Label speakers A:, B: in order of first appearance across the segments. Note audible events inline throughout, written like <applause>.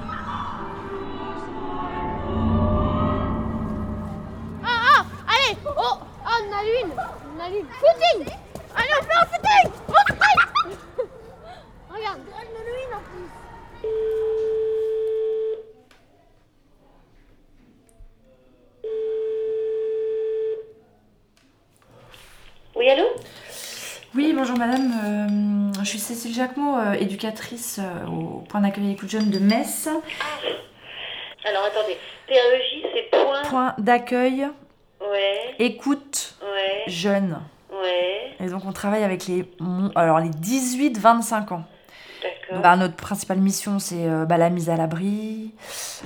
A: Ah, oh, <laughs> en plus.
B: Oui, allô
C: Oui, bonjour madame. Euh, je suis Cécile Jacquemot, euh, éducatrice euh, au point d'accueil des coups de jeunes de Metz.
B: Alors attendez, PAEJ c'est point.
C: Point d'accueil
B: Ouais,
C: écoute
B: ouais,
C: jeunes.
B: ouais,
C: Et donc on travaille avec les, mon- alors les 18-25 ans.
B: d'accord.
C: Bah, notre principale mission c'est euh, bah, la mise à l'abri,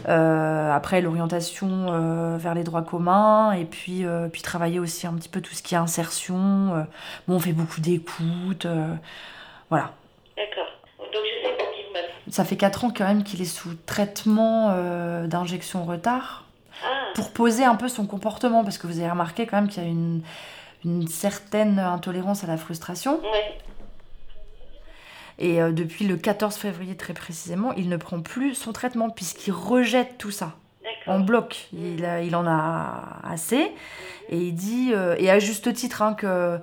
C: euh, après l'orientation euh, vers les droits communs, et puis, euh, puis travailler aussi un petit peu tout ce qui est insertion. euh. bon, on fait beaucoup d'écoute. euh, voilà.
B: D'accord. Donc je sais pour qui vous m'appelez.
C: Ça fait 4 ans quand même qu'il est sous traitement euh, d'injection retard
B: Ah,
C: pour poser un peu son comportement, parce que vous avez remarqué quand même qu'il y a une, une certaine intolérance à la frustration.
B: ouais,
C: Et euh, depuis le 14 février très précisément, il ne prend plus son traitement puisqu'il rejette tout ça en
B: d'accord.
C: bloc. Il, a- il en a assez et il dit, euh, et à juste titre, hein, que,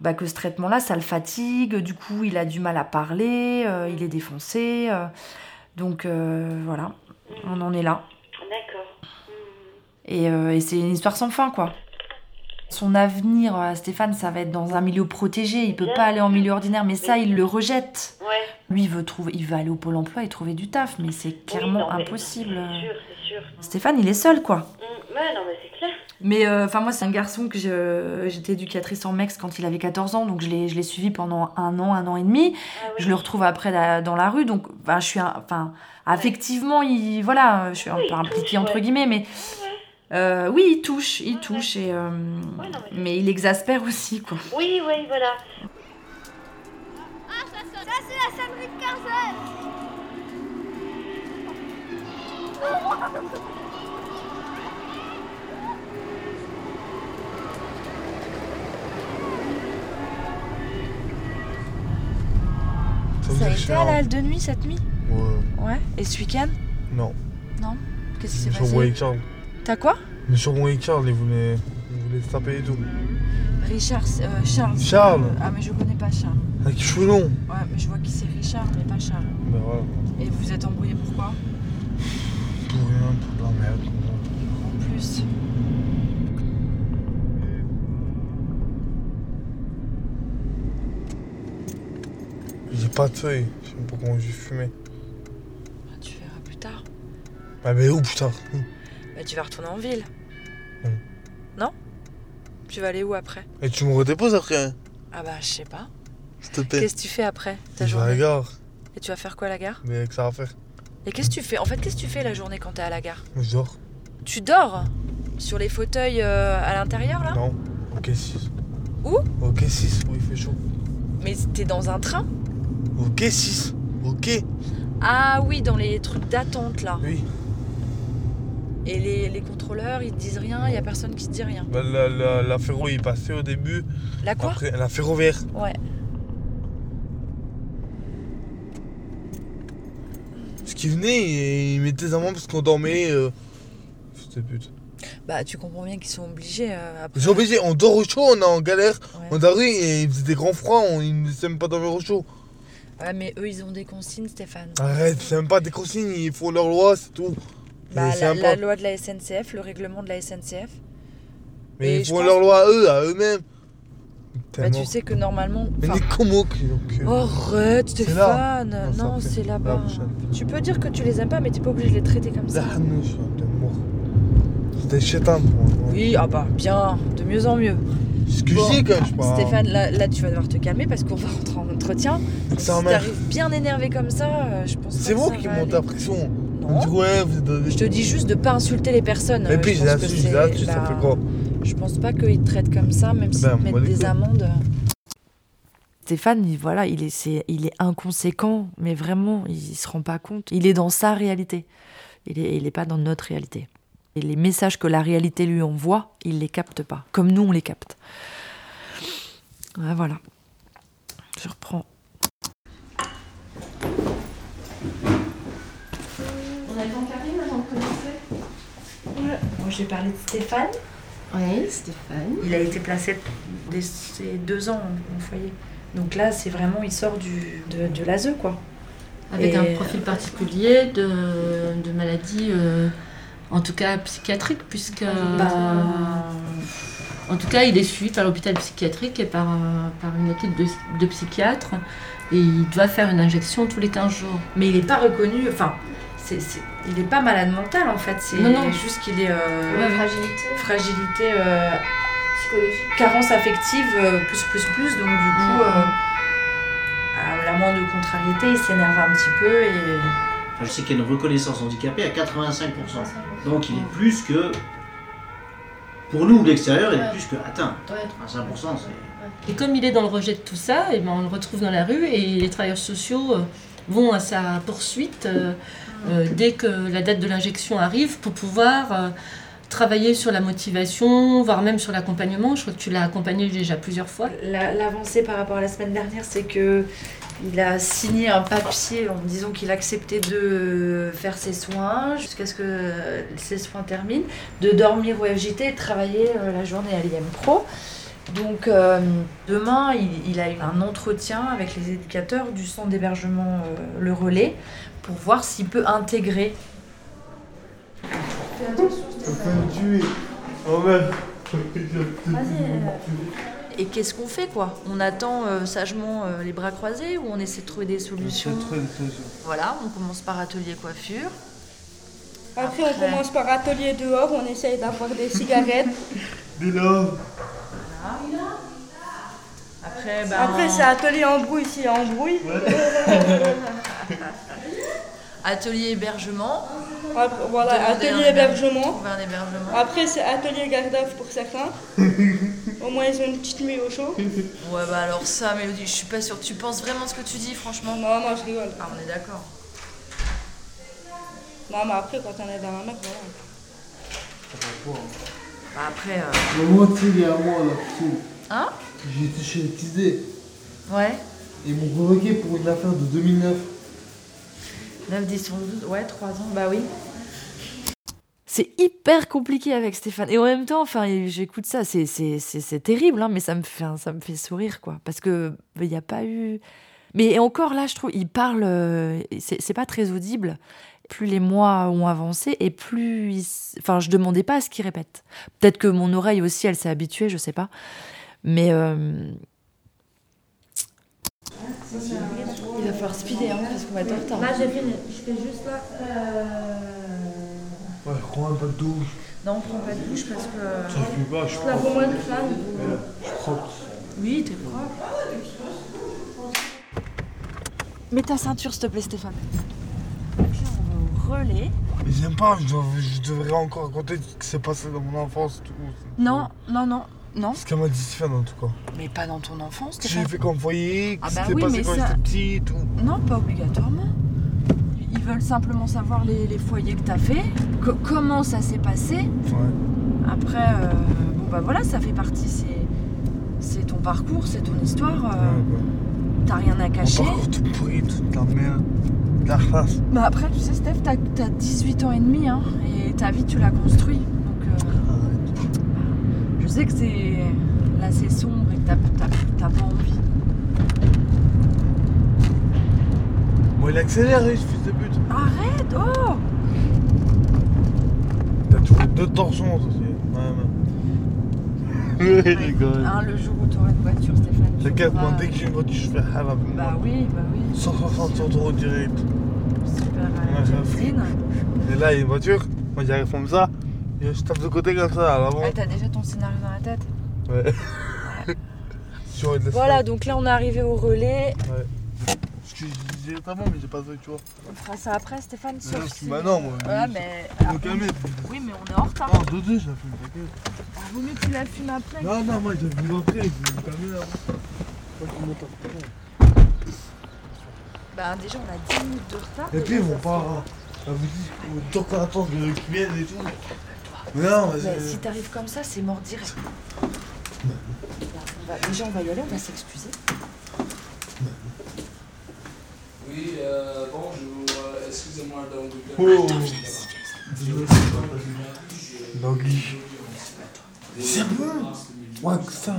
C: bah, que ce traitement-là, ça le fatigue, du coup il a du mal à parler, euh, il est défoncé. euh. donc euh, voilà, on en est là.
B: Hmm. D'accord. Hmm.
C: Et, euh, et c'est une histoire sans fin, quoi. Son avenir à Stéphane, ça va être dans un milieu protégé. Il peut
B: Bien
C: pas aller en
B: sûr.
C: milieu ordinaire, mais ça, il le rejette.
B: Ouais.
C: Lui, il veut trouver, il veut aller au pôle emploi et trouver du taf, mais c'est clairement
B: Oui, non, mais
C: impossible.
B: C'est sûr, c'est sûr.
C: Stéphane, il est seul, quoi.
B: Hmm, Ouais, non, mais c'est clair.
C: Mais euh, enfin, moi, c'est un garçon que je- j'étais éducatrice en MEX quand il avait 14 ans, donc je l'ai je l'ai suivi pendant un an, un an et demi.
B: Ah, oui.
C: Je le retrouve après la- dans la rue, donc ben, je suis un- enfin affectivement, il, voilà, je suis un
B: Oui,
C: peu
B: il
C: impliquée
B: touche,
C: entre
B: ouais.
C: guillemets, mais euh, oui, il touche, il
B: Ouais,
C: touche et euh,
B: Ouais, non, mais-
C: mais il exaspère aussi quoi.
B: Oui, oui, voilà.
A: Ah, Ça, c'est la sonnerie de 15 heures.
D: Faut me dire que je suis là.
C: de nuit cette nuit
D: Ouais.
C: Ouais. Et ce week-end
D: Non.
C: Qu'est-ce
D: Sur mon Richard.
C: T'as quoi
D: Mais sur mon Richard, il voulait, il voulait se taper et tout.
C: Richard, euh, Charles.
D: Charles
C: Ah mais je connais pas Charles.
D: Avec cheveux longs
C: Ouais, mais je vois qui c'est Richard, mais pas Charles.
D: Ben voilà.
C: Et vous êtes embrouillé pourquoi
D: Pour rien, pour de la merde. comme ça.
C: En plus.
D: J'ai pas de feuilles. Je sais pas comment j'ai fumé.
C: Bah, Tu verras plus tard.
D: Ah ben où putain
C: Bah, tu vas retourner en ville.
D: Non.
C: Non Tu vas aller où après
D: Et tu me redéposes après hein,
C: Ah bah, je sais pas.
D: S'il te plaît.
C: Qu'est-ce que tu fais après ta
D: Je vais à
C: journée
D: la gare.
C: Et tu vas faire quoi à la gare
D: Mais avec ça à faire.
C: Et qu'est-ce que tu fais En fait, qu'est-ce que tu fais la journée quand t'es à la gare
D: Moi, Je dors.
C: Tu dors Sur les fauteuils euh, à l'intérieur là
D: Non. Ok 6.
C: Où
D: Ok 6, où il fait chaud.
C: Mais t'es dans un train
D: Ok 6. Ok.
C: Ah oui, dans les trucs d'attente là.
D: Oui.
C: Et les, les contrôleurs, ils te disent rien, y a personne qui te dit rien.
D: Bah, la, la, la ferro il passait au début.
C: La quoi
D: Après, la ferroviaire.
C: Ouais.
D: Parce qu'il venait et il mettait des amendes parce qu'on dormait. Euh... C'était pute.
C: Bah, tu comprends bien qu'ils sont obligés euh, après.
D: Ils sont obligés, on dort au chaud, on est en galère,
C: Ouais.
D: on arrive et il faisait des grands froids, on, ils ne s'aiment pas dormir au chaud.
C: Ouais, mais eux, ils ont des consignes, Stéphane.
D: Arrête, c'est même pas des consignes, ils font leur loi, c'est tout.
C: Bah,
D: c'est
C: la,
D: sympa.
C: la loi de la SNCF, le règlement de la SNCF.
D: Mais
C: et
D: ils
C: je
D: font
C: pense-
D: leur loi à eux, à eux-mêmes. T'es
C: Bah, tu
D: mort.
C: sais que normalement.
D: Mais
C: enfin,
D: les comment que donc, euh,
C: Oh, arrête,
D: C'est
C: Stéphane
D: Non, ça
C: Non,
D: fait
C: c'est
D: la
C: là-bas.
D: prochaine.
C: Tu peux dire que tu les aimes pas, mais t'es pas obligé de les traiter comme ça.
D: Ah non, je suis t'es mort. C'était chétin pour moi.
C: <laughs> Oui, ah bah, bien, de mieux en mieux.
D: Excusez quand même, je sais pas.
C: Stéphane, là, là, tu vas devoir te calmer parce qu'on va rentrer en entretien. Si
D: C'est un mec.
C: t'arrives bien énervé comme ça, euh, je pense pas
D: C'est
C: que
D: vous
C: ça
D: qui
C: va
D: montez
C: aller.
D: la pression. On
C: Non.
D: dit ouais, vous êtes dans des-
C: Je te dis juste de pas insulter les personnes.
D: Et
C: euh,
D: puis
C: je
D: j'ai
C: pense que
D: là-dessus, j'ai
C: c'est-
D: là-dessus, ça
C: bah,
D: fait quoi
C: Je pense pas qu'ils te traitent comme ça, même s'ils te
D: Ben, moi,
C: mettent
D: les
C: des
D: couilles.
C: amendes. Stéphane, il- voilà, il est, c'est- il est inconséquent, mais vraiment, il, se rend pas compte. Il est dans sa réalité. Il est, il est pas dans notre réalité. Et les messages que la réalité lui envoie, il les capte pas, comme nous on les capte. Ouais, voilà. Je reprends. On a le temps Karine avant de commencer Moi, j'ai parlé de Stéphane.
E: Oui, Stéphane.
C: Il a été placé dès ses deux ans en- en foyer. Donc là, c'est vraiment, il sort du, de, de l'ASE, E, quoi.
E: Avec
C: Et- euh,
E: un profil particulier de, de maladie, euh, en tout cas psychiatrique, puisque. euh,
C: Bah.
E: En tout cas, il est suivi par l'hôpital psychiatrique et par, euh, par une équipe de, de psychiatres. Et il doit faire une injection tous les 15 jours.
C: Mais il n'est pas reconnu, enfin, c'est- c'est- il n'est pas malade mental en fait, c'est
E: Non, non.
C: juste qu'il est euh,
E: Ouais,
F: Fragilité
C: fragilité, euh,
F: psychologique.
C: carence affective, euh, plus, plus, plus, donc du coup, euh, à la moindre contrariété, il s'énerve un petit peu et...
G: Enfin, je sais qu'il y a une reconnaissance handicapée à 85%. Donc il est plus que. Pour nous, de l'extérieur, il est
F: Ouais.
G: plus que atteint.
F: Ouais.
G: 85%, c'est.
E: Et comme il est dans le rejet de tout ça, et ben on le retrouve dans la rue et les travailleurs sociaux euh, vont à sa poursuite euh, euh, dès que la date de l'injection arrive pour pouvoir euh, travailler sur la motivation, voire même sur l'accompagnement. Je crois que tu l'as accompagné déjà plusieurs fois.
C: La- L'avancée par rapport à la semaine dernière, c'est que il a signé un papier en me disant qu'il acceptait de faire ses soins jusqu'à ce que ses soins terminent, de dormir au FJT et de travailler euh, la journée à l'IM Pro. Donc euh, demain, il, il a eu un entretien avec les éducateurs du centre d'hébergement euh, Le Relais pour voir s'il peut intégrer
D: tuer. Oh
H: ben,
D: merde.
C: Et qu'est-ce qu'on fait quoi On attend euh, sagement euh, les bras croisés ou on essaie de trouver des solutions Voilà, on commence par atelier coiffure.
A: Après, on commence par atelier dehors, on essaye d'avoir des cigarettes.
C: Après, ben,
A: Après, bah, c'est atelier embrouille si embrouille.
C: atelier hébergement,
A: Après, voilà,
C: Demander
A: atelier
C: un-
A: hébergement.
C: trouver un hébergement.
A: Après, c'est atelier garde pour certains. Au moins, ils ont une petite nuit au chaud.
C: Ouais, bah alors ça, Mélodie, je suis pas sûre. Tu penses vraiment ce que tu dis, franchement
A: Non, non, je rigole.
C: Ah, on est d'accord.
A: Non, mais après, quand on est dans la merde, voilà.
C: Bah après, euh,
H: Maman, tu sais, il y a un mois, là, tu sais,
C: Hein
H: J'étais chez les Tizé.
C: ouais.
H: Ils m'ont convoqué pour une affaire de 2009.
C: 9, 10, 11, 12, ouais, 3 ans, bah oui. C'est hyper compliqué avec Stéphane. Et en même temps, enfin, j'écoute ça, c'est, c'est, c'est, c'est terrible, hein, mais ça me, fait, ça me fait sourire, quoi. Parce que il n'y a pas eu. Mais encore là, je trouve, il parle. euh, c'est, c'est pas très audible. Plus les mois ont avancé et plus. il s- Enfin, je demandais pas à ce qu'il répète. Peut-être que mon oreille aussi, elle s'est habituée, je sais pas. Mais. euh,
E: Il va falloir speeder parce qu'on va être en retard.
H: Ouais, je prends même pas de douche.
C: Non, on prend pas de douche parce que. euh,
H: Ça fume pas, je suis
A: Là,
H: propre.
A: pour moi, le plan,
H: Je suis propre.
E: Oui, t'es propre.
C: Mets ta ceinture, s'il te plaît, Stéphane. Donc là, on va au relais.
D: Mais j'aime pas, je, dois- je devrais encore raconter ce qui s'est passé dans mon enfance. Tout.
C: Non, non, non, non.
D: Ce qu'elle m'a dit Stéphane en tout cas.
C: Mais pas dans ton enfance,
D: J'ai fait comme foyer,
C: Ah
D: qui
C: bah
D: s'était
C: oui,
D: passé
C: mais
D: quand
C: ça-
D: j'étais petit et tout.
C: Non, pas obligatoirement. Ils veulent simplement savoir les, les foyers que t'as fait, co- comment ça s'est passé.
D: Ouais.
C: Après, euh, bon bah voilà, ça fait partie, c'est, c'est ton parcours, c'est ton histoire, euh,
D: ouais, ouais.
C: t'as rien à
D: Mon
C: cacher.
D: parcours tout pourri, toute la merde, de la race.
C: Bah après, tu sais, Steph, t'as, t'as 18 ans et demi, hein, et ta vie, tu l'as construite. Donc, euh, je sais que c'est, là, c'est sombre et que t'as, t'as- t'as pas envie.
D: Bon, il accélère, lui, ce fils de pute.
C: Arrête, oh
D: T'as toujours deux torsions, ça c'est.
C: <laughs>
D: Ouais, ouais. rigole.
C: Hein, le jour où t'auras une voiture, Stéphane. tu
D: T'inquiète, moi,
C: pourras-
D: dès que j'ai une voiture, je fais ah, halal.
C: Bah oui, bah oui.
D: 160 sur autoroute direct.
C: Super.
D: Ouais,
C: euh,
D: ça
C: Justine.
D: Et là, il y a une voiture, moi j'arrive comme ça, et je tape de côté comme ça, à l'avant.
C: Ouais, Ah, T'as déjà ton scénario dans la tête.
D: Ouais. Si on est de la
C: Voilà, donc là on est arrivé au relais.
D: Parce que je disais avant, mais j'ai pas vu, tu vois.
C: On fera ça après, Stéphane.
D: Mais là,
C: Sauf
D: je suis
C: si-
D: maintenant, moi.
C: Voilà, mais. Ah.
D: Donc, un mètre.
C: Oui, mais on est en retard.
D: Non, 2-2, j'ai la fume, t'inquiète.
C: Vaut mieux que tu la fumes après.
D: Non, non, moi, je vais vous rentrer, je vais vous calmer là. Moi, je monte après.
C: Bah, déjà on a 10 minutes de retard.
D: Et puis ils vont pas. hein. Elle vous dit tant qu'on attend que- qu'ils viennent et tout. Mais non, vas-y.
C: Mais si t'arrives comme ça, c'est mort direct. Là, on va- Bah, Déjà on va y aller, on va s'excuser.
I: Oui, euh, bonjour, euh, excusez-moi donc. euh,
D: Oh.
I: Je-
D: Nagui. C'est bon. Ouais, que ça.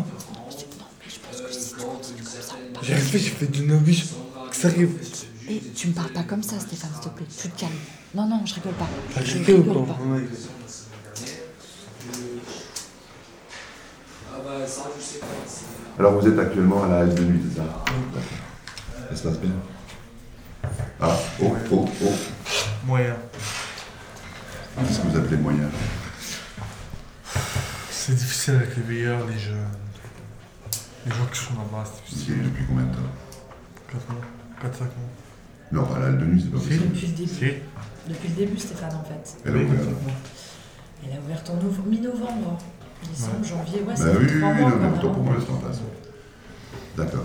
D: J'ai fait, j'ai fait du novice. Que ça arrive.
C: Et tu me parles pas comme ça, Stéphane, s'il te plaît. Tu te calmes. Non, non, je rigole pas. Je
H: Fatigué ou
C: rigole
H: pas
C: pas.
H: Ouais.
I: Ah bah ça, je sais pas. euh, c'est-
F: Alors vous êtes actuellement à la halle de nuit, c'est ça D'accord.
I: Euh,
F: Ça se passe bien Ah, oh, oh, oh.
D: Moyen.
F: Qu'est-ce que vous appelez moyen
D: C'est difficile avec les veilleurs, les jeunes. Les gens qui sont là-bas, c'est
F: Vous y
D: difficile.
F: allez depuis combien de temps
D: 4 mois. 4-5 mois.
F: Non, à la halle de nuit, c'est pas
D: Si.
F: possible.
J: Depuis le début.
D: Si.
J: Depuis le début, Stéphane, en fait.
F: Elle a ouvert.
J: Elle a ouvert en nov- mi-novembre. Décembre, janvier, ouais,
F: Bah
J: c'est
F: oui, oui,
J: trois
F: oui,
J: mois.
F: non,
J: quoi,
F: mais autant pour moi,
J: vraiment.
F: laisse temps passe. D'accord.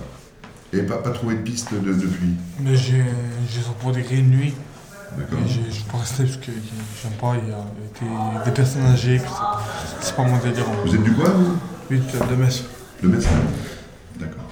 F: Et pas, pas trouvé de piste de- depuis
D: Mais j'ai j'ai son pour des une nuit.
F: D'accord.
D: Et j'ai- je peux rester parce que j'aime pas, il y a il y a des, des personnes âgées. que c'est- C'est pas mon délire. euh,
F: Vous êtes du quoi, vous
D: 8 de Metz.
F: Le médecin D'accord.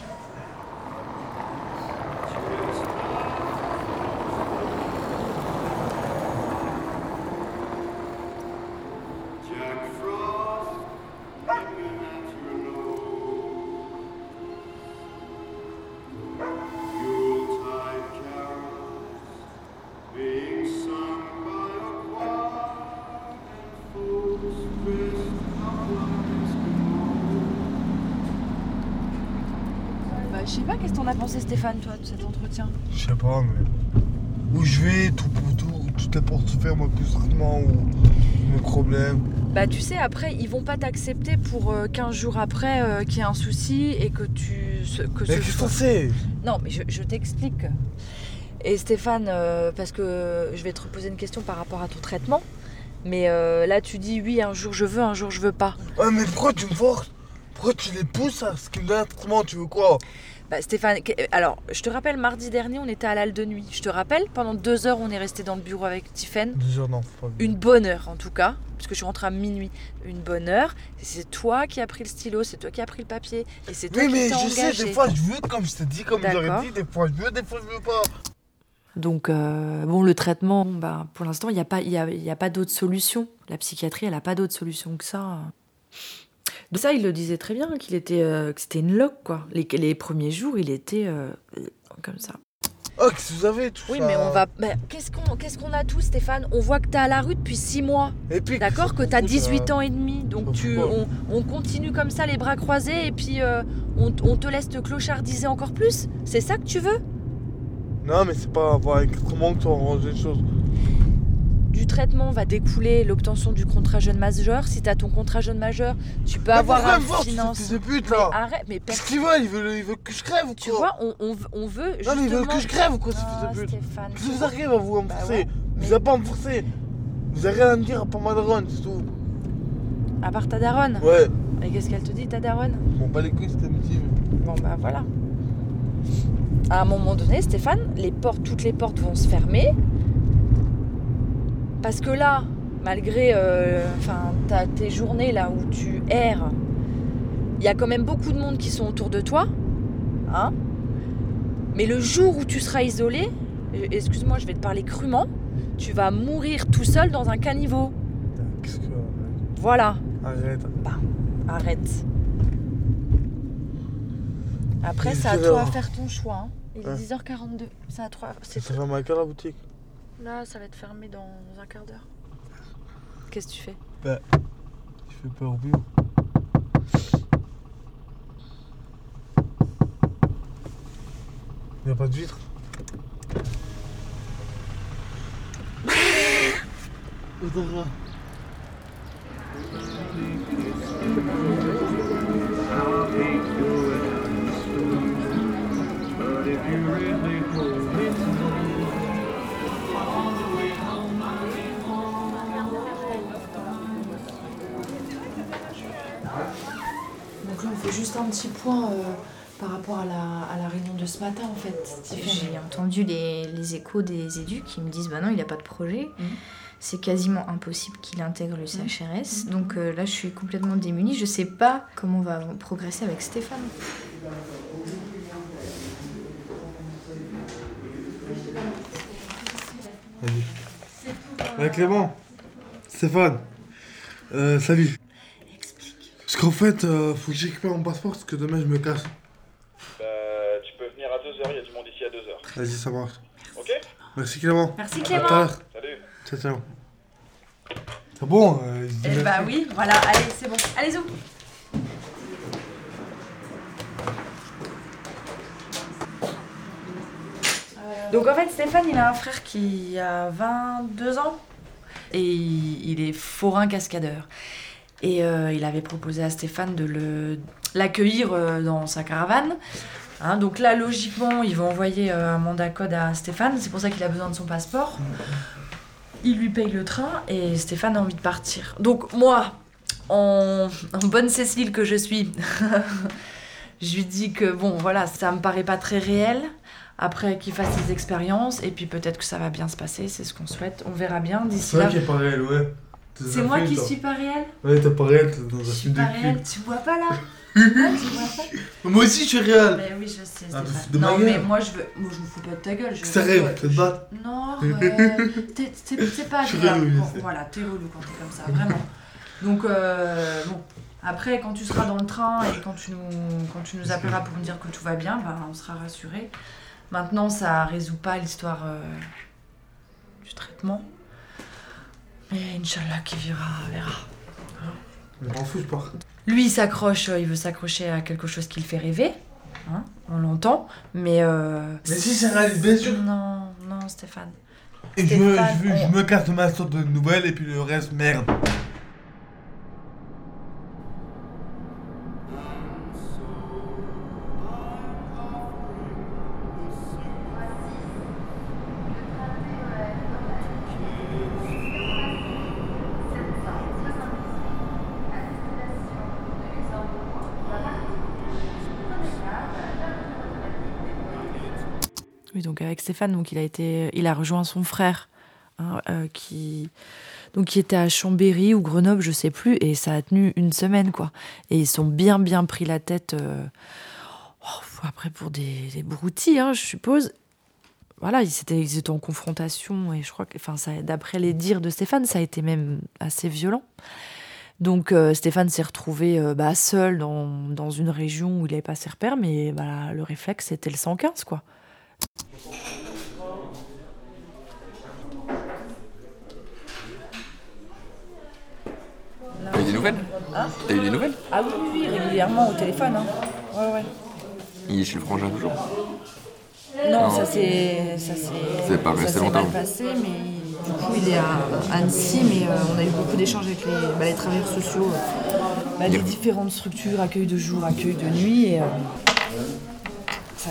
C: Bah, je sais pas, qu'est-ce que t'en as pensé, Stéphane, toi, de cet entretien
D: Je sais pas, mais. Où je vais, tout, tout, tout est pour se faire, moi, concrètement, ou mes problèmes.
C: Bah, tu sais, après, ils vont pas t'accepter pour euh, 15 jours après euh, qu'il y a un souci et que tu. ce- que
D: Mais
C: ce-
D: qu'est-ce que c'est
C: Non, mais je, je t'explique. Et Stéphane, euh, parce que je vais te reposer une question par rapport à ton traitement. Mais euh, là, tu dis oui, un jour je veux, un jour je veux pas.
D: Ouais, mais pourquoi tu me forces Pourquoi tu les pousses à ce qu'ils me donnent un traitement Tu veux quoi
C: Bah, Stéphane, que- alors, je te rappelle, mardi dernier, on était à l'Alle de nuit. Je te rappelle, pendant deux heures, on est resté dans le bureau avec Tiffen.
D: Deux heures, non, faut pas.
C: Une bonne heure, en tout cas, parce que je suis rentrée à minuit. Une bonne heure, c'est toi qui as pris le stylo, c'est toi qui as pris le papier, et c'est toi
D: Oui,
C: qui
D: mais
C: t'es
D: je sais,
C: engagé.
D: des fois je veux, comme je t'ai dit, comme
C: D'accord.
D: j'aurais dit, des fois je veux, des fois je veux pas.
C: Donc, euh, bon, le traitement, bah, pour l'instant, il n'y a pas, il y a, il y a pas d'autre solution. La psychiatrie, elle n'a pas d'autre solution que ça. Donc ça, il le disait très bien, qu'il était, euh, que c'était une loque, quoi. Les, les premiers jours, il était euh, euh, comme ça.
D: Oh, qu'est-ce que vous avez tout
C: Oui,
D: ça
C: mais on va... bah, qu'est-ce, qu'on, qu'est-ce qu'on a tous, Stéphane On voit que t'es à la rue depuis six mois,
D: Et puis,
C: d'accord Que t'as 18
D: euh,
C: ans et demi. Donc,
D: Pourquoi
C: tu, on, on continue comme ça, les bras croisés, et puis euh, on, t- on te laisse te clochardiser encore plus C'est ça que tu veux
D: Non, mais c'est pas avoir extrêmement que tu arranges les choses.
C: Bah, du traitement va découler l'obtention du contrat jeune majeur. Si tu as ton contrat jeune majeur, tu peux avoir
D: pourquoi
C: un
D: me force,
C: financement.
D: ces putes
C: Mais
D: là
C: arrête, mais per-
D: Qu'est-ce qu'ils veulent ils veulent, ils veulent que je crève ou quoi
C: tu vois, on, on v- on veut
D: Non, mais ils veulent
C: justement.
D: que je crève ou quoi, ces
C: Ah,
D: fils de pute
C: Stéphane.
D: Qu'est-ce que vous arrivez à vous à me
C: Bah
D: forcer
C: ouais.
D: Vous
C: Mais-
D: avez pas à me forcer Vous avez rien à me dire à part ma daronne, c'est tout.
C: À part ta daronne.
D: Ouais,
C: Et qu'est-ce qu'elle te dit, ta daronne
D: bon, pas les couilles, c'était amitié.
C: Bon, bah voilà. À un moment donné, Stéphane, les portes, toutes les portes vont se fermer. Parce que là, malgré euh, enfin, ta- tes journées là où tu erres, il y a quand même beaucoup de monde qui sont autour de toi. Hein Mais le jour où tu seras isolé, euh, excuse-moi, je vais te parler crûment, tu vas mourir tout seul dans un caniveau.
D: Putain, Qu'est-ce que.
C: Voilà,
D: Arrête.
C: arrête. Après,
D: Il
C: c'est à
D: dirait,
C: toi à
D: oh.
C: faire ton choix. hein. Il
D: Ouais.
C: est 10h42. C'est à toi.
D: Ça
C: C'est
D: fait mal à la boutique.
C: Là, ça va être fermé dans un quart d'heure. Qu'est-ce que tu fais
D: Tu fais peur au bio. Il n'y a pas de vitre.
J: Donc là, on fait juste un petit point euh, par rapport à la, à la réunion de ce matin, en fait. Stéphane.
K: J'ai entendu les, les échos des éducs qui me disent bah non, il n'a pas de projet.
J: Mhm.
K: C'est quasiment impossible qu'il intègre le CHRS. Donc euh, là, je suis complètement démunie. Je sais pas comment on va av- progresser avec Stéphane.
D: Ouais, Clément, Stéphane, euh, salut. Parce qu'en fait, euh, faut que je récupère mon passeport parce que demain je me casse.
I: Bah, tu peux venir à 2h, il y a du monde ici à 2h.
D: Vas-y, ça marche.
I: Ok
D: Merci Clément.
C: Merci
D: À
C: Clément.
D: tout à l'heure.
C: Salut.
D: Ciao, ciao. C'est bon euh, il dit
C: Eh
D: merci.
C: bah oui, voilà, allez, c'est bon. Allez-y. Donc en fait, Stéphane, il a un frère qui a 22 ans et il est forain cascadeur. Et euh, il avait proposé à Stéphane de le- l'accueillir euh, dans sa caravane. Hein, donc là, logiquement, ils vont envoyer euh, un mandat code à Stéphane. C'est pour ça qu'il a besoin de son passeport. Il lui paye le train et Stéphane a envie de partir. Donc moi, en, en bonne Cécile que je suis, <laughs> je lui dis que bon, voilà, ça me paraît pas très réel. Après qu'il fasse ses expériences et puis peut-être que ça va bien se passer, c'est ce qu'on souhaite. On verra bien d'ici
D: C'est vrai
C: là.
D: qu'il est pas réel, ouais. T'es dans
C: C'est
D: un
C: moi
D: film,
C: qui
D: toi.
C: suis pas réel.
D: Ouais, t'es pas réel, t'es dans un film de
C: Pas
D: cul.
C: réel, tu vois pas
D: <laughs>
C: là Hein, tu vois pas
D: Moi aussi, je suis réel.
C: Mais oui, je sais. c'est
D: Ah, mais
C: pas-
D: c'est de ma
C: non, mais
D: gueule.
C: moi je veux. Moi je me fous pas de ta gueule. Je...
D: C'est réel, t'es pas.
C: Non,
D: <laughs>
C: ouais. euh, T'es- t'es t'es pas
D: Je suis
C: agréable.
D: relou, je
C: Bon,
D: sais.
C: voilà, t'es relou quand t'es comme ça, vraiment. Donc, euh, bon. Après, quand tu seras dans le train et quand tu nous, quand tu nous appelleras pour nous dire que tout va bien, ben, on sera rassurés. Maintenant, ça résout pas l'histoire euh, du traitement. Mais Inch'Allah, qui vivra, verra.
D: On m'en fout, je pars.
C: Lui, il s'accroche, euh, il veut s'accrocher à quelque chose qui le fait rêver. hein, on l'entend, mais. euh,
D: Mais si, c'est réel, bien sûr.
C: Non, non, Stéphane.
D: Et je me,
C: Stéphane,
D: je, me- je me casse ma sorte de nouvelles et puis le reste, merde.
C: Oui, donc avec Stéphane, donc il a été, il a rejoint son frère, hein, euh, qui donc qui était à Chambéry ou Grenoble, je sais plus, et ça a tenu une semaine quoi. Et ils sont bien bien pris la tête. euh, oh, après pour des, des broutilles, hein, je suppose. Voilà, ils étaient, ils étaient en confrontation et je crois que, enfin, ça- d'après les dires de Stéphane, ça a été même assez violent. Donc euh, Stéphane s'est retrouvé euh, bah, seul dans, dans une région où il n'avait pas ses repères, mais bah, le réflexe c'était le 115 quoi.
L: T'as eu des nouvelles
C: Hein
L: T'as eu des nouvelles
C: Ah oui, oui, oui, régulièrement au téléphone. hein. Ouais, ouais.
L: Il est chez le frangin toujours.
C: Non,
L: Non.
C: ça s'est. Ça s'est.
L: C'est pas
C: ça
L: resté
C: s'est
L: longtemps.
C: mal passé, mais.
K: Du coup, il est à Annecy, mais euh, on a eu beaucoup d'échanges avec les, bah, les travailleurs sociaux, euh,
C: bah, les différentes structures, accueil de jour, accueil de nuit, et. euh, ça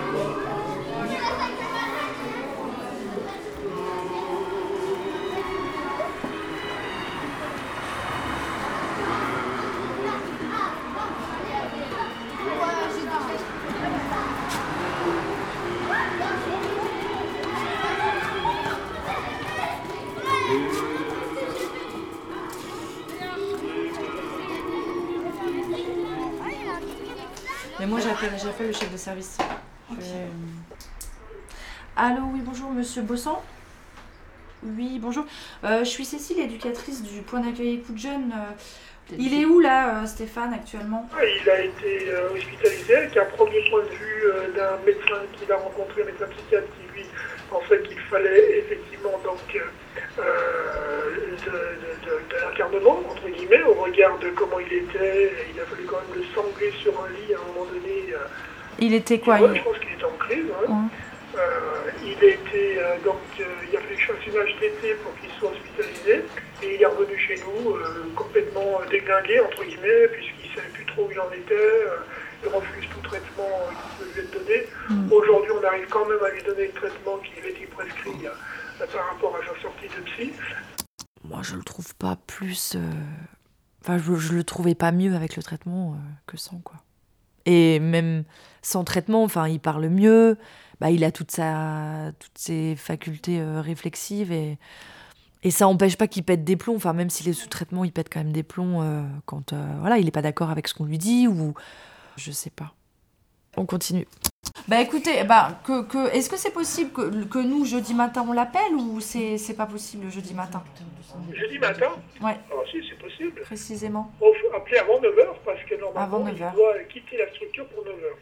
C: Mais moi, j'appelle, j'appelle le chef de service. Je vais- Allô, oui, bonjour, monsieur Bossan Oui, bonjour. Euh, je suis Cécile, éducatrice du point d'accueil Écoute Jeune. Euh, il est où là, euh, Stéphane, actuellement
M: Il a été euh, hospitalisé avec un premier point de vue euh, d'un médecin qu'il a rencontré, un médecin psychiatre qui lui pensait qu'il fallait effectivement donc euh, euh, de, de- de- de l'internement, entre guillemets, au regard de comment il était. Il a fallu quand même le sangler sur un lit à un moment donné. euh,
C: Il était quoi
M: Ouais,
C: il-
M: Je pense qu'il était en crise. ouais.
C: Ouais.
M: Euh, il était euh, donc euh, il a fallu que je fasse une HTT pour qu'il soit hospitalisé et il est revenu chez nous euh, complètement euh, déglingué entre guillemets puisqu'il savait plus trop où il en était. euh, il refuse tout traitement euh, qui peut lui être donné. Aujourd'hui, on arrive quand même à lui donner le traitement qui lui a été prescrit euh, par rapport à sa sortie de psy.
C: Moi, je le trouve pas plus. euh, Enfin, je, je le trouvais pas mieux avec le traitement euh, que sans, quoi. Et même sans traitement, enfin, il parle mieux. Bah, il a toute sa, toutes ses facultés euh, réflexives et, et ça empêche pas qu'il pète des plombs. Enfin, même s'il est sous traitement, il pète quand même des plombs euh, quand euh, voilà, il est pas d'accord avec ce qu'on lui dit ou je sais pas. On continue. Bah écoutez, bah, que, que, est-ce que c'est possible que, que nous, jeudi matin, on l'appelle ou c'est, c'est pas possible le jeudi matin
M: Jeudi matin
C: Ouais.
M: Alors si, c'est possible.
C: Précisément.
M: On faut appeler avant 9h parce que normalement,
C: Avant
M: il
C: 9 heures.
M: doit quitter la structure pour 9h.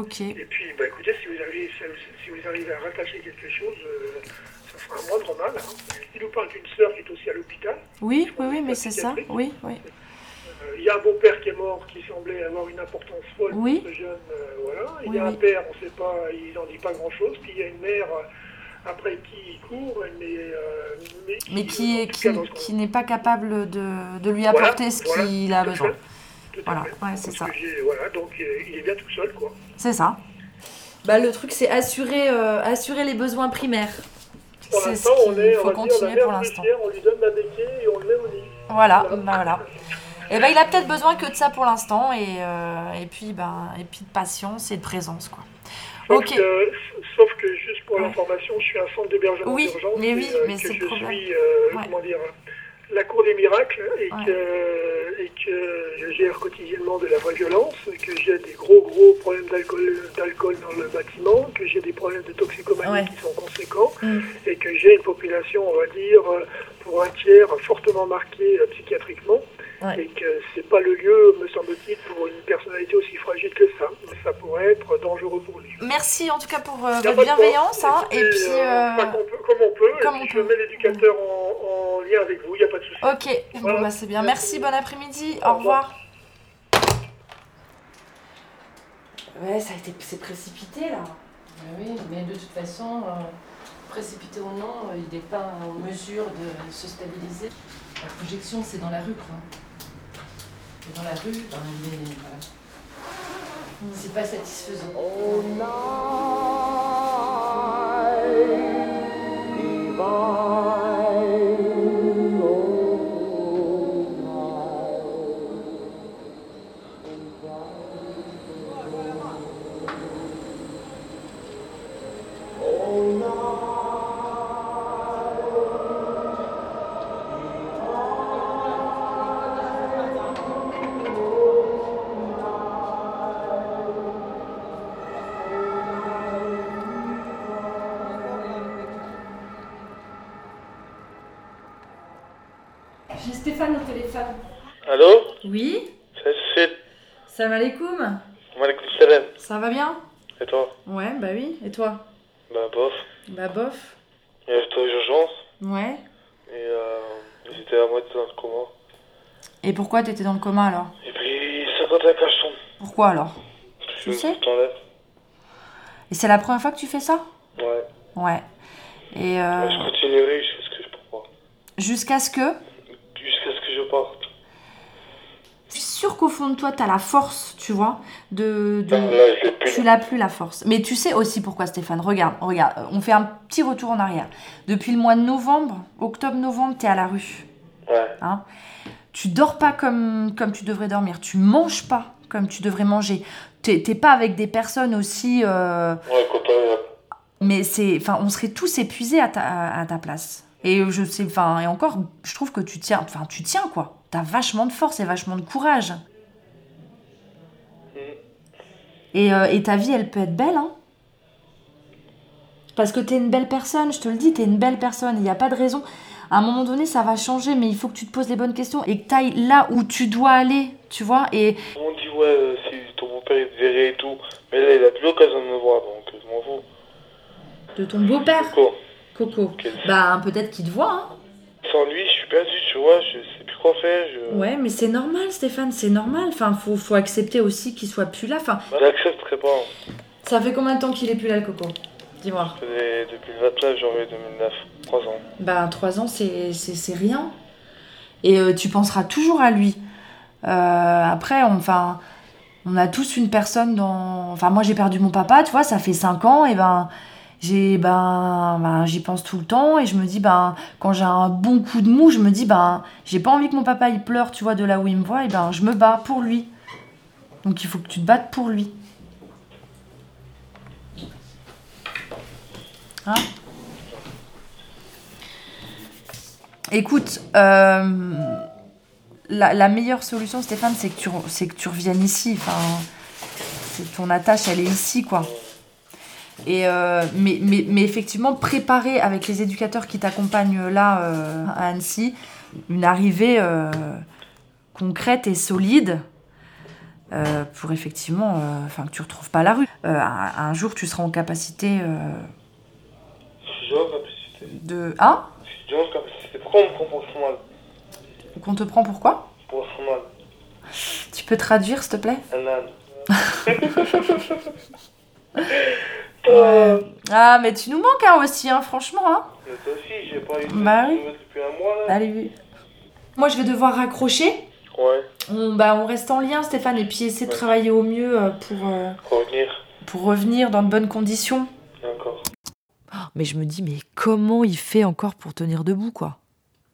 C: Ok.
M: Et puis, bah, écoutez, si vous, arrivez, si vous arrivez à rattacher quelque chose, euh, ça fera un moindre mal. hein. Il nous parle d'une sœur qui est aussi à l'hôpital.
C: Oui, oui, oui, mais c'est ça. Oui, oui.
M: Euh, Il y a un beau-père qui est mort, qui semblait avoir une importance folle
C: Oui.
M: pour ce jeune. euh, voilà. Il
C: Oui,
M: y a un
C: oui.
M: père, on ne sait pas, il n'en dit pas grand-chose. Puis il y a une mère euh, après qui il court, mais, euh, mais
C: Mais qui, est-
M: tout
C: qui,
M: cas, dans ce
C: qui n'est pas capable de, de lui
M: Voilà,
C: apporter ce
M: voilà,
C: qu'il a
M: tout à
C: besoin.
M: fait,
C: Voilà, ouais, c'est ça.
M: sujet, voilà, donc euh, il est bien tout seul, quoi.
C: C'est ça.
J: Bah, le truc, c'est assurer, euh, assurer les besoins primaires.
M: Pour
J: C'est
M: l'instant, on est, on va dire, la mère nourricière, on lui donne la béquille et on le met au lit.
C: Voilà, bah voilà. Et ben il a peut-être besoin que de ça pour l'instant et, euh, et puis ben et puis de patience et de présence quoi.
M: Sauf,
C: Ok.
M: que, sauf que, juste pour l'information, je suis un centre d'hébergement
C: Oui,
M: d'urgence
C: mais oui,
M: et, euh,
C: mais
M: que
C: c'est le
M: je
C: problème.
M: suis, euh,
C: Ouais.
M: comment dire, la cour des miracles et, que, et que je gère quotidiennement de la vraie violence, que j'ai des gros gros problèmes d'alcool d'alcool dans le bâtiment, que j'ai des problèmes de toxicomanie
J: Ouais.
M: qui sont conséquents
C: Mm.
M: et que j'ai une population, on va dire, euh, pour un tiers fortement marquée euh, psychiatriquement.
J: Ouais.
M: Et que c'est pas le lieu, me semble-t-il, pour une personnalité aussi fragile que ça. Mais ça pourrait être dangereux pour lui.
C: Merci en tout cas pour euh,
M: Y a
C: votre
M: pas de quoi.
C: bienveillance hein, et
M: Écoutez,
C: puis
M: euh,
C: euh,
M: pas qu'on peut- comme on peut, et
C: comme
M: puis
C: on
M: je mets l'éducateur en, en lien avec vous, il n'y a pas de souci.
C: OK, bon bah c'est bien. Merci, bon après-midi. Au revoir.
J: Ouais, ça a été, c'est précipité là.
E: Oui, mais de toute façon, euh, précipité ou non, euh, il n'est pas en mesure de se stabiliser.
J: La projection, c'est dans la rue, quoi.
E: Et dans la rue, ben, il est- voilà.
J: Mm.
E: c'est pas satisfaisant.
J: J'ai Stéphane au téléphone.
N: Allô
J: Oui
N: C'est
J: Salam alaikum
N: Malik Salam.
J: Ça va bien
N: Et toi
J: Ouais, bah oui. Et toi
N: Bah bof.
J: Bah bof.
N: Il y avait toi urgence
C: Ouais.
N: et euh, j'étais à moitié dans le coma.
C: Et pourquoi t'étais dans le coma alors
N: Et puis 51 cachetons.
C: Pourquoi alors
N: Tu sais Je t'enlève.
C: Et c'est la première fois que tu fais ça
N: Ouais. Bah,
C: Ouais. Et euh,
N: Je continuerai jusqu'à ce que je parte.
C: jusqu'à ce que
N: Jusqu'à ce que je parte.
C: je suis sûre qu'au fond de toi, t'as la force, tu vois, de... de-
N: Non, là, je l'ai plus.
C: tu l'as plus, la force. Mais tu sais aussi pourquoi, Stéphane. Regarde, regarde, euh, on fait un petit retour en arrière. Depuis le mois de novembre, octobre-novembre, t'es à la rue.
N: Ouais.
C: Hein tu dors pas comme, comme tu devrais dormir. Tu manges pas comme tu devrais manger. T'es t'es pas avec des personnes aussi... euh,
N: Ouais, copain. ouais.
C: mais c'est, enfin, on serait tous épuisés à ta, à- à ta place. Et je sais, enfin, et encore, je trouve que tu tiens, enfin, tu tiens quoi. T'as vachement de force et vachement de courage. Et, euh, et ta vie, elle peut être belle, hein. Parce que t'es une belle personne, je te le dis, t'es une belle personne. Il n'y a pas de raison. À un moment donné, ça va changer, mais il faut que tu te poses les bonnes questions et que t'ailles là où tu dois aller, tu vois. Et
N: On dit ouais, euh, si ton beau-père il te verrait et tout. Mais là, il a plus l'occasion de me voir donc je m'en fous.
C: de ton beau-père,
N: Quoi
C: Coco. Bah, peut-être qu'il te voit, hein.
N: Sans lui, je suis perdu, tu vois. Je sais plus quoi faire. Je...
C: Ouais, mais c'est normal, Stéphane, c'est normal. Enfin, faut, faut accepter aussi qu'il soit plus là. Enfin,
N: Bah, J'accepterai pas.
C: ça fait combien de temps qu'il est plus là, le coco Dis-moi.
N: Ça faisait Depuis le 29 janvier 2009, 3 ans.
C: Bah, trois ans, c'est c'est- c'est rien. Et euh, tu penseras toujours à lui. Euh, après, on- enfin, on a tous une personne dans. Enfin, moi, j'ai perdu mon papa, tu vois, ça fait cinq ans, et ben. J'ai ben, ben, j'y pense tout le temps et je me dis ben quand j'ai un bon coup de mou je me dis ben j'ai pas envie que mon papa il pleure tu vois de là où il me voit et ben je me bats pour lui donc il faut que tu te battes pour lui Hein Écoute, euh, la, la meilleure solution, Stéphane, c'est que tu, re- c'est que tu reviennes ici. Enfin, c'est- ton attache, elle est ici, quoi. Et euh, mais, mais, mais effectivement, préparer avec les éducateurs qui t'accompagnent euh, là euh, à Annecy une arrivée euh, concrète et solide euh, pour effectivement, euh, enfin, que tu retrouves pas la rue. Euh, un, un jour, tu seras en capacité euh,
N: Genre capacité.
C: de. Hein
N: Genre capacité. Pourquoi on me prend pour son mal
C: Qu'on te prend pour quoi
N: Pour son mal.
C: Tu peux traduire, s'il te plaît
N: Un âne.
C: Ouais. Ah, mais tu nous manques hein, aussi, hein, franchement. Hein
N: Mais toi aussi, j'ai pas eu de
C: Bah oui.
N: nouvelles depuis un mois là.
C: Allez, moi, je vais devoir raccrocher.
N: Ouais,
C: On, bah, on reste en lien, Stéphane, et puis essaie de travailler au mieux euh, pour, euh,
N: revenir.
C: pour revenir dans de bonnes conditions.
N: D'accord.
C: Mais je me dis, mais comment il fait encore pour tenir debout, quoi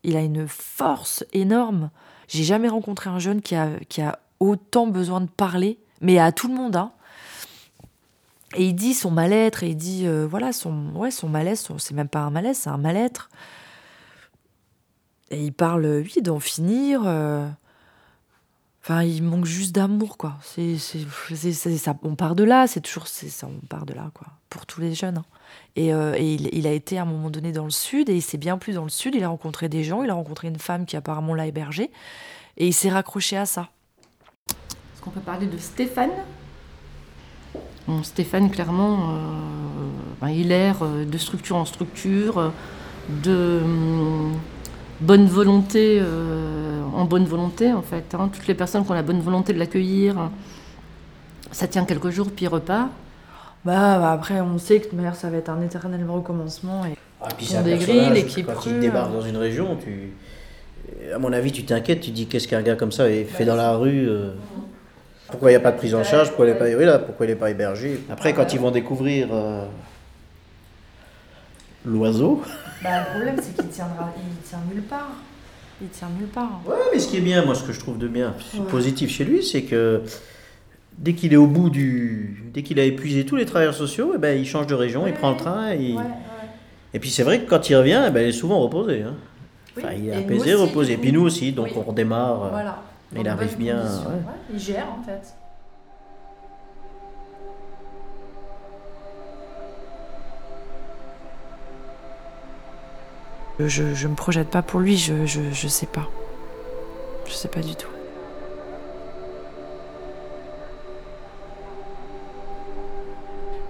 C: Il a une force énorme. J'ai jamais rencontré un jeune qui a, qui a autant besoin de parler, mais à tout le monde, hein. Et il dit son mal-être, et il dit, euh, voilà, son, ouais, son malaise, son- c'est même pas un malaise, c'est un mal-être. Et il parle, euh, oui, d'en finir. euh, Enfin, il manque juste d'amour, quoi. C'est, c'est, c'est- c'est- ça, on part de là, c'est toujours c'est ça, on part de là, quoi. Pour tous les jeunes. hein. Et, euh, et il, il a été à un moment donné dans le sud, et il s'est bien plus dans le sud. Il a rencontré des gens, il a rencontré une femme qui apparemment l'a hébergé, et il s'est raccroché à ça.
E: Est-ce qu'on peut parler de Stéphane Bon, Stéphane, clairement, euh, ben, il erre euh, de structure en structure, euh, de hum, bonne volonté euh, en bonne volonté, en fait. hein. Toutes les personnes qui ont la bonne volonté de l'accueillir, ça tient quelques jours, puis il repart.
C: Bah, bah, après, on sait que de toute manière, ça va être un éternel recommencement. Et...
O: Ah, puis
C: Pour
O: c'est un
C: des
O: personnage,
C: grilles, l'équipe
O: quand
C: rue,
O: il débarque dans une région, tu... euh, à mon avis, tu t'inquiètes, tu dis qu'est-ce qu'un gars comme ça fait
C: Bah,
O: dans la rue euh, Pourquoi il n'y a pas de prise en charge Pourquoi il n'est pas... oui, là, pourquoi il est pas hébergé Après, quand ils vont découvrir euh, l'oiseau.
C: Bah, le problème, c'est qu'il tiendra, il tient nulle part. Il tient nulle part.
O: Ouais, mais ce qui est bien, moi, ce que je trouve de bien,
C: Ouais.
O: positif chez lui, c'est que dès qu'il est au bout du. Dès qu'il a épuisé tous les travailleurs sociaux, eh ben, il change de région, il prend le train. Et, il- et puis c'est vrai que quand il revient, eh ben, il est souvent reposé. hein. Enfin, il est
C: et nous
O: apaisé,
C: aussi,
O: reposé.
C: du
O: Et
C: coup.
O: puis nous aussi, donc
C: Oui.
O: on redémarre. euh,
C: Voilà.
O: mais
C: Dans
O: il
C: de
O: arrive
C: bonnes
O: bien.
C: conditions,
O: ouais.
C: ouais, Il gère, en fait. Je, je me projette pas pour lui, je, je, je sais pas. Je sais pas du tout.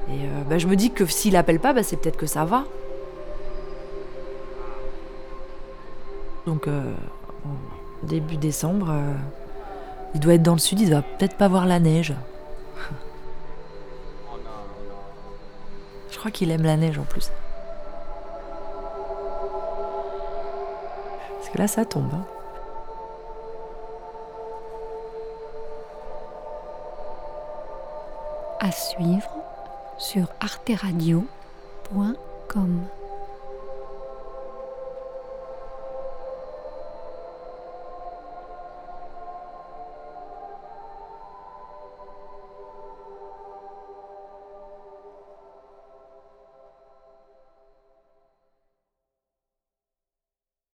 C: Et euh, bah, je me dis que s'il appelle pas, bah, c'est peut-être que ça va. Donc, euh, en début décembre, euh, il doit être dans le sud, il doit peut-être pas voir la neige. Je crois qu'il aime la neige en plus. Parce que là, ça tombe. hein.
P: À suivre sur arteradio.com.